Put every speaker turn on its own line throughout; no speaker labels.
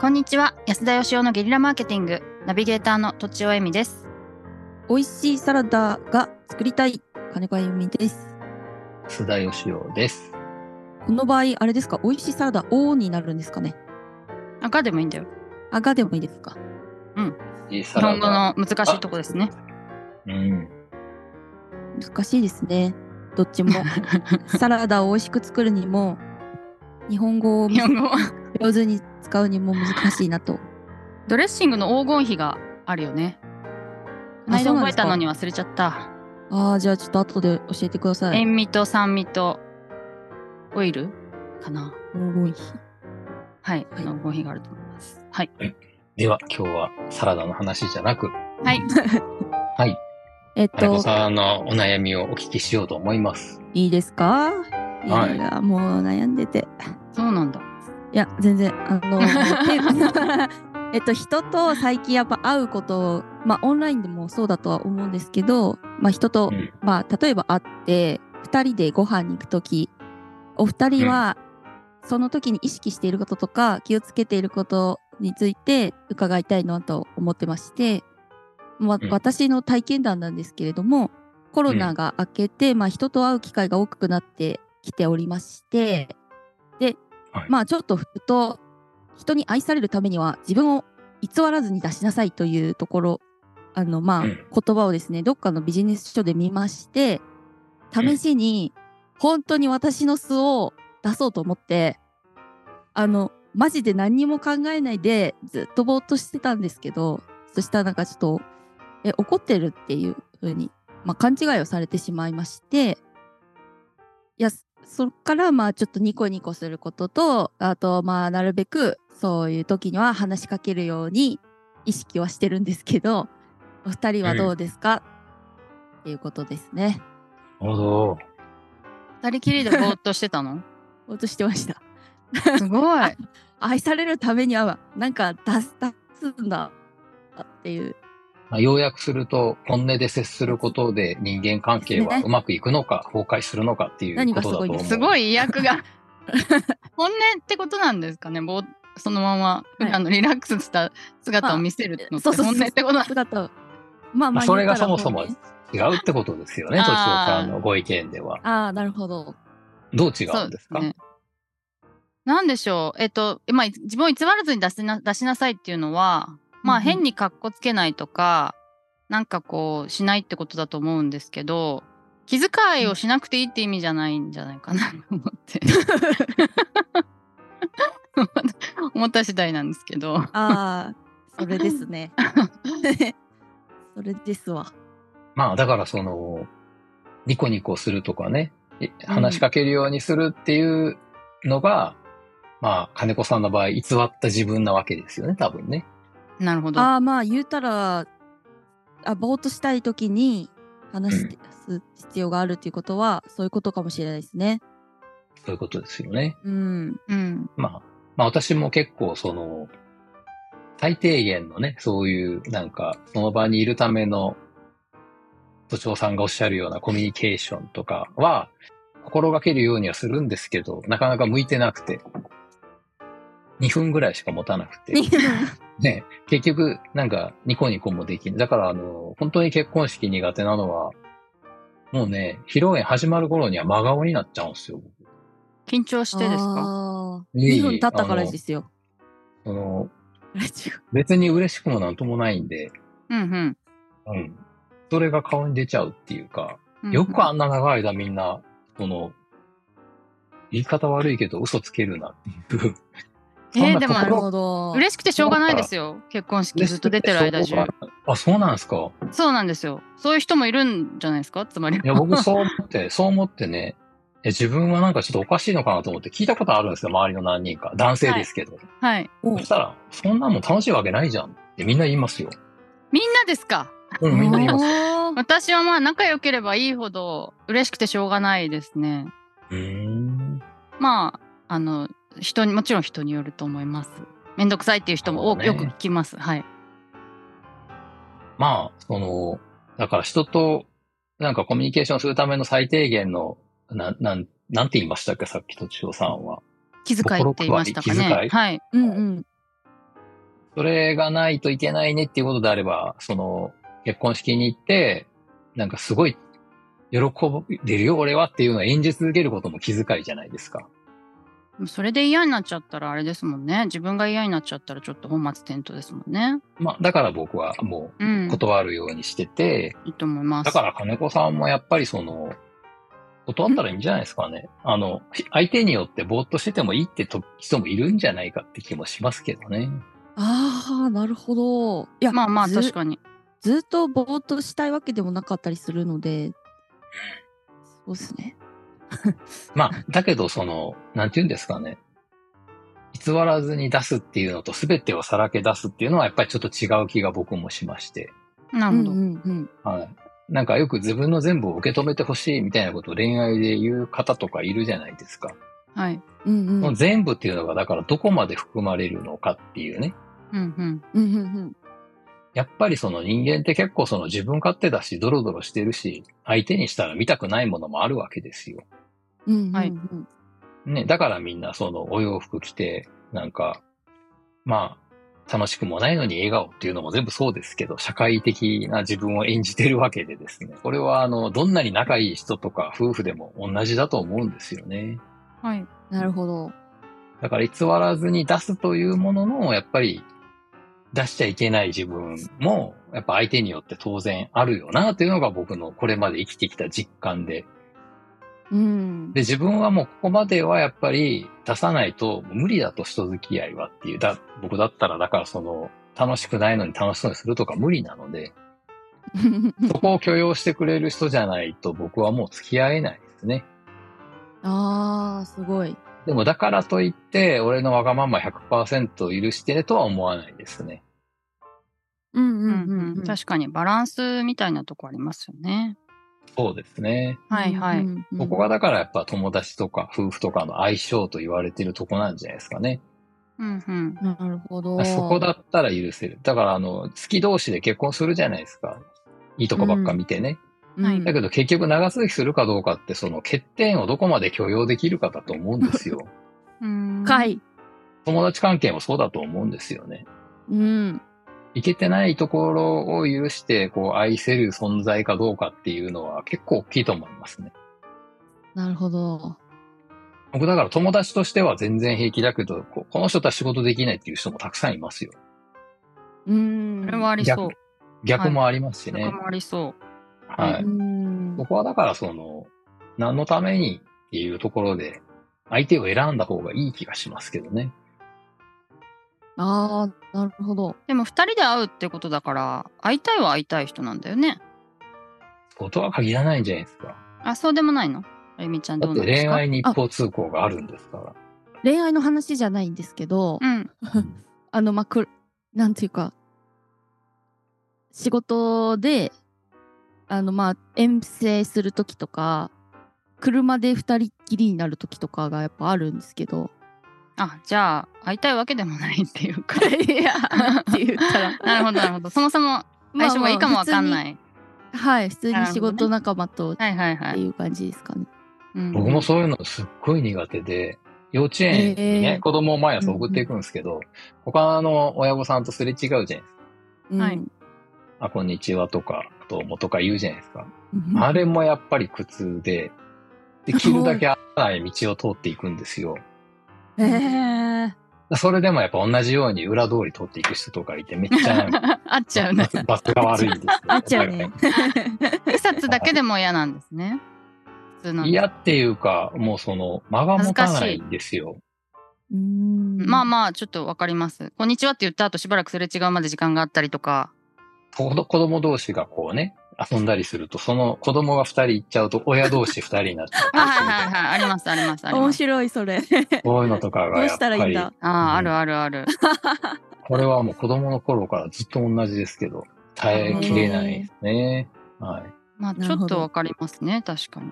こんにちは安田義雄のゲリラマーケティングナビゲーターのとちおえみです
美味しいサラダが作りたい金子あゆみです。
須田義雄です。
この場合、あれですか、美味しいサラダ、おーになるんですかね。
赤でもいいんだよ
あがでもいいですか。
いいサ
日
ラ
本語
ダ。
の難しいとこですね
うん。
難しいですね。どっち も。サラダを美味しく作るにも、日本語を
日本語
上手に使うにも難しい なと。
ドレッシングの黄金比があるよねこの
あそ
間
う
覚えたの
なんですか
に忘れちゃった、
ああ、じゃあちょっと後で教えてください。
塩味と酸味とオイルかな
黄金比。
はい、
はい
の黄金比があると思いますはい
では、今日はサラダの話じゃなく、
はい
はい。
えっ
金子
と、
さんのお悩みをお聞きしようと思います。
いいですかいや、
はい
もう悩んでて。
そうなんだ
いや、全然、あ の、 えっと、人と最近やっぱ会うことを、まあ、オンラインでもそうだとは思うんですけど、まあ、人と、
うん
まあ、例えば会って、二人でご飯に行くとき、お二人は、その時に意識していることとか、気をつけていることについて伺いたいなと思ってまして、まあ
うん
私の体験談なんですけれども、コロナが明けて、まあ、人と会う機会が多くなってきておりまして、で、
はい
まあちょっとふと、人に愛されるためには自分を偽らずに出しなさいというところ、あの、まあ、
うん
言葉をですね、どっかのビジネス書で見まして、
うん
試しに、本当に私の素を出そうと思って、あの、マジで何にも考えないで、ずっとぼーっとしてたんですけど、そしたらなんかちょっと、え、怒ってるっていう風に、まあ、勘違いをされてしまいまして、いや、そっから、まあ、ちょっとニコニコすることと、あと、まあ、なるべく、そういう時には話しかけるように意識はしてるんですけど、お二人はどうですか、っていうことですね。
なるほど。
二人きりでぼーっとしてた の
落としてました。
すごい
愛されるためには、なんか出す、出すんだっていう。
まあ、要約すると、本音で接することで人間関係はうまくいくのか、崩壊するのかっていうことだと思う。
何が
すごい威訳が本音ってことなんですかねぼーそのまま
はい
普段のリラックスした姿を見せるのって
そうそう
本
そう
音ってことなん
姿をまあ
まあ、それがそもそも
言ったらうね
違うってことですよね、とちお
あー
さんのご意見では。
ああ、なるほど。
どう違うんですか
そうねなんでしょうえっと、まあ、自分を偽らずに出しな出しなさいっていうのは、まあ、
うんうん
変にかっこつけないとか、なんかこうしないってことだと思うんですけど気遣いをしなくていいって意味じゃないんじゃないかなと思っ て。 思った次第なんですけど。
ああ、 それですね。それですわ。
まあ、だからその、ニコニコするとかね、え話しかけるようにするっていうのが、まあ、金子さんの場合、偽った自分なわけですよね、多分ね。
なるほど。
ああ、まあ言うたら、あ、ぼーっとしたいときに話してす必要があるということは、そういうことかもしれないですね。
そういうことですよね。
うん。
うん。
まあ、まあ私も結構その、最低限のね、そういう、なんか、その場にいるための、都庁さんがおっしゃるようなコミュニケーションとかは、心がけるようにはするんですけど、なかなか向いてなくて、2分ぐらいしか持たなくて。 ね、結局、なんか、ニコニコもできん。だから、あの、本当に結婚式苦手なのは、もうね、披露宴始まる頃には真顔になっちゃうんですよ。
緊張してですか
か
いえいえ
?2 分経ったからですよ。
その、
あれ違う。
別に嬉しくもなんともないんで、
うんうん
うん。それが顔に出ちゃうっていうか、
うんうん。
よくあんな長い間みんな、その、言い方悪いけど嘘つけるなって
え
いう。
ーでも
な
あ
る
の
ほど。
嬉しくてしょうがないですよ。結婚式ずっと出てる間中。。
あ、そうなんですか。
そうなんですよ。そういう人もいるんじゃないですかつまり。
いや、僕そう思って、 そう思ってね、え自分はなんかちょっとおかしいのかなと思って聞いたことあるんですよ、周りの何人か。男性ですけど。
はい。
お
そしたら、そんなもん楽しいわけないじゃんってみんな言いますよ。
みんなですか
うん、みんな言います。
おー
私はまあ仲良ければいいほど嬉しくてしょうがないですね。
うーん。
まあ、あの、人に、もちろん人によると思います。めんどくさいっていう人も多く、
なる
よ
ほ
く
どね
聞きます。はい。
まあ、その、だから人と、なんかコミュニケーションするための最低限の、なん、なん、なんて言いましたっけ、さっきとちおさんは。
気遣いって言いましたか
心配
ね。
気遣い
はい。
うんうん。
それがないといけないねっていうことであれば、その、結婚式に行って、なんかすごい、喜べるよ俺はっていうのを演じ続けることも気遣いじゃないですか。
それで嫌になっちゃったらあれですもんね。自分が嫌になっちゃったらちょっと本末転倒ですもんね。
まあ、だから僕はも
う。
うん断るようにしてて、
いいと思います。
だから金子さんもやっぱりその、断ったらいいんじゃないですかね。あの、ひ相手によってぼーっとしててもいいってと人もいるんじゃないかって気もしますけどね。
ああ、なるほど。いや、
まあまあ
ず
確かに。
ずっとぼーっとしたいわけでもなかったりするので、そうですね。
まあ、だけどその、なんて言うんですかね。偽らずに出すっていうのと全てをさらけ出すっていうのはやっぱりちょっと違う気が僕もしまして。
な
う
るほ
ん
ど。
うんうん。
はい。なんかよく自分の全部を受け止めてほしいみたいなことを恋愛で言う方とかいるじゃないですか。
はい。
うんうん。
その全部っていうのがだからどこまで含まれるのかっていうね。
うんうん。
うんうんうん。
やっぱりその人間って結構その自分勝手だし、ドロドロしてるし、相手にしたら見たくないものもあるわけですよ。
うんうんうん。
はい
ね、だからみんなそのお洋服着て、なんか、まあ、楽しくもないのに笑顔っていうのも全部そうですけど、社会的な自分を演じてるわけでですね。これはあの、どんなに仲いい人とか夫婦でも同じだと思うんですよね。
はい。
なるほど。
だから偽らずに出すというものの、やっぱり出しちゃいけない自分も、やっぱ相手によって当然あるよなというのが僕のこれまで生きてきた実感で。
うん。
で、自分はもうここまではやっぱり出さないと無理だと人付き合いはっていう。だ僕だったらだからその、楽しくないのに楽しそうにするとか無理なので、そこを許容してくれる人じゃないと僕はもう付き合えないですね。
ああ、すごい。
でもだからといって、俺のわがまま100%許してねとは思わないですね。
うん
う
うんんうん
う。
うんん。
確かにバランスみたいなとこありますよね。
そうですね。
はいはい。
うんうんうん
ここがだからやっぱ友達とか夫婦とかの相性と言われてるとこなんじゃないですかね。
うんうん。
なるほど。
そこだったら許せる。だからあの、好き同士で結婚するじゃないですか。いいとこばっか見てね。
うん。
はい
だけど結局長続きするかどうかってその欠点をどこまで許容できるかだと思うんですよ。
うーん。
深。い。
友達関係もそうだと思うんですよね。
うん。
いけてないところを許して、こう愛せる存在かどうかっていうのは結構大きいと思いますね。
なるほど。
僕だから友達としては全然平気だけど、こうこの人とは仕事できないっていう人もたくさんいますよ。
うん。
これはありそう。
逆もありますし
逆
ね。
もありそう。
はい。
うん。
ここはだからその、何のためにっていうところで、相手を選んだ方がいい気がしますけどね。
ああ、なるほど。
でも二人で会うってことだから、会いたいは会いたい人なんだよね。
ことは限らないんじゃないですか。
あ、そうでもないのあゆみちゃん
だ
ど
っ
う
て
なんです
恋
か
愛に一方通行があるんですから。
恋愛の話じゃないんですけど、
うん。
あの、まあ、く、なんていうか、仕事で、あの、まあ、遠征するときとか、車で二人っきりになるときとかがやっぱあるんですけど、
あ、じゃあ、会いたいわけでもないっていう か。
いや、って言った ら、。
なるほど、なるほど。そもそも相性がいいかもわかんないい。
普通にはい、普通
なる
に
ほどね
仕事仲間とっ
はいはいは
て
い。
いう感じですかね。
うん
僕もそういうのすっごい苦手で、幼稚園にね、
えー
子供を毎朝送っていくんですけど、他の親御さんとすれ違うじゃないですか。
うん
はい。
あ、こんにちはとか、どうもとか言うじゃないですか。
うん
あれもやっぱり苦痛で、できるだけ合わない道を通っていくんですよ。
えー、
それでもやっぱ同じように裏通り通っていく人とかいて、めっちゃ
会っちゃうね。
バスが悪いんですよ。
あっ ちゃうね。
草津だけでも嫌なんですね。普通の。
嫌っていうか、もうその、間が持たないんですよ。
ま
ま
あまあ、ちょっとわかります。こんにちはって言った後、しばらくすれ違うまで時間があったりとか。
子供子供同士がこうね、遊んだりすると、その子供が二人行っちゃうと、親同士二人になっちゃった
あ、
りす
は
る
いはいはい。 あります、あります、ありま
面
す。
白いそれ。
こういうのとか
ど
が
う
や
し
っぱ
たらいいん
り、
だ。
ああ、あるあるある。
これはもう子供の頃からずっと同じですけど、耐えきれないですね。はい。
まあ、
な
ち
る
ょっ
ほど
とわかりますね、確かに。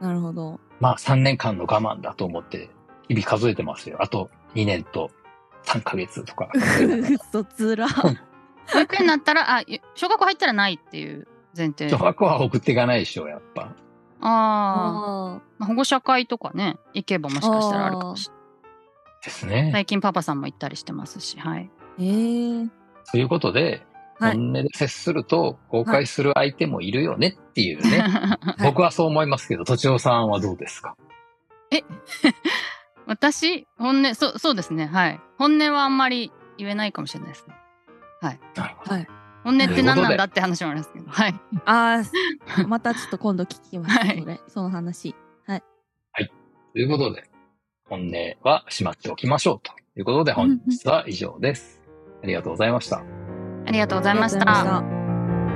なるほど。
まあ3年間の我慢だと思って、日々数えてますよ。あと2年と3ヶ月とか。
そつら。
保育園になったら、あ、小学校入ったらないっていう前提。
小学校は送っていかないでしょ、やっぱ。
ああ、
あ
まあ、保護者会とかね、行けばもしかしたらあるかもしれない。
ですね。
最近パパさんも行ったりしてますし、はい。
ーええ
ということで、
はい
本音で接すると、公開する相手もいるよねっていうね。
はい
僕はそう思いますけど、とちおさんはどうですか
私本音そうそうですねはい本音はあんまり言えないかもしれないですね
なるほど。
はい。
本音って何なんだって話もありますけどはい
ああ、 またちょっと今度聞きます。
はい
それ、その話。
ということで、本音はしまっておきましょうということで、本日は以上です。ありがとうございました。
ありがとうございまし
ありがとうございまし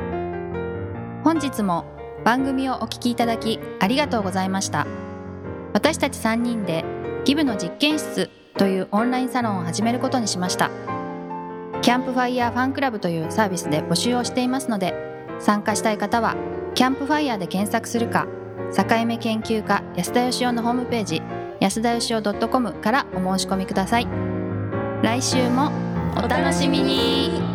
たた
本日も番組をお聞きいただきありがとうございました私たち3人でギブの実験室というオンラインサロンを始めることにしましたキャンプファイヤーファンクラブというサービスで募集をしていますので参加したい方はキャンプファイヤーで検索するか境目研究家安田義雄のホームページ安田義雄 .com からお申し込みください来週もお楽しみに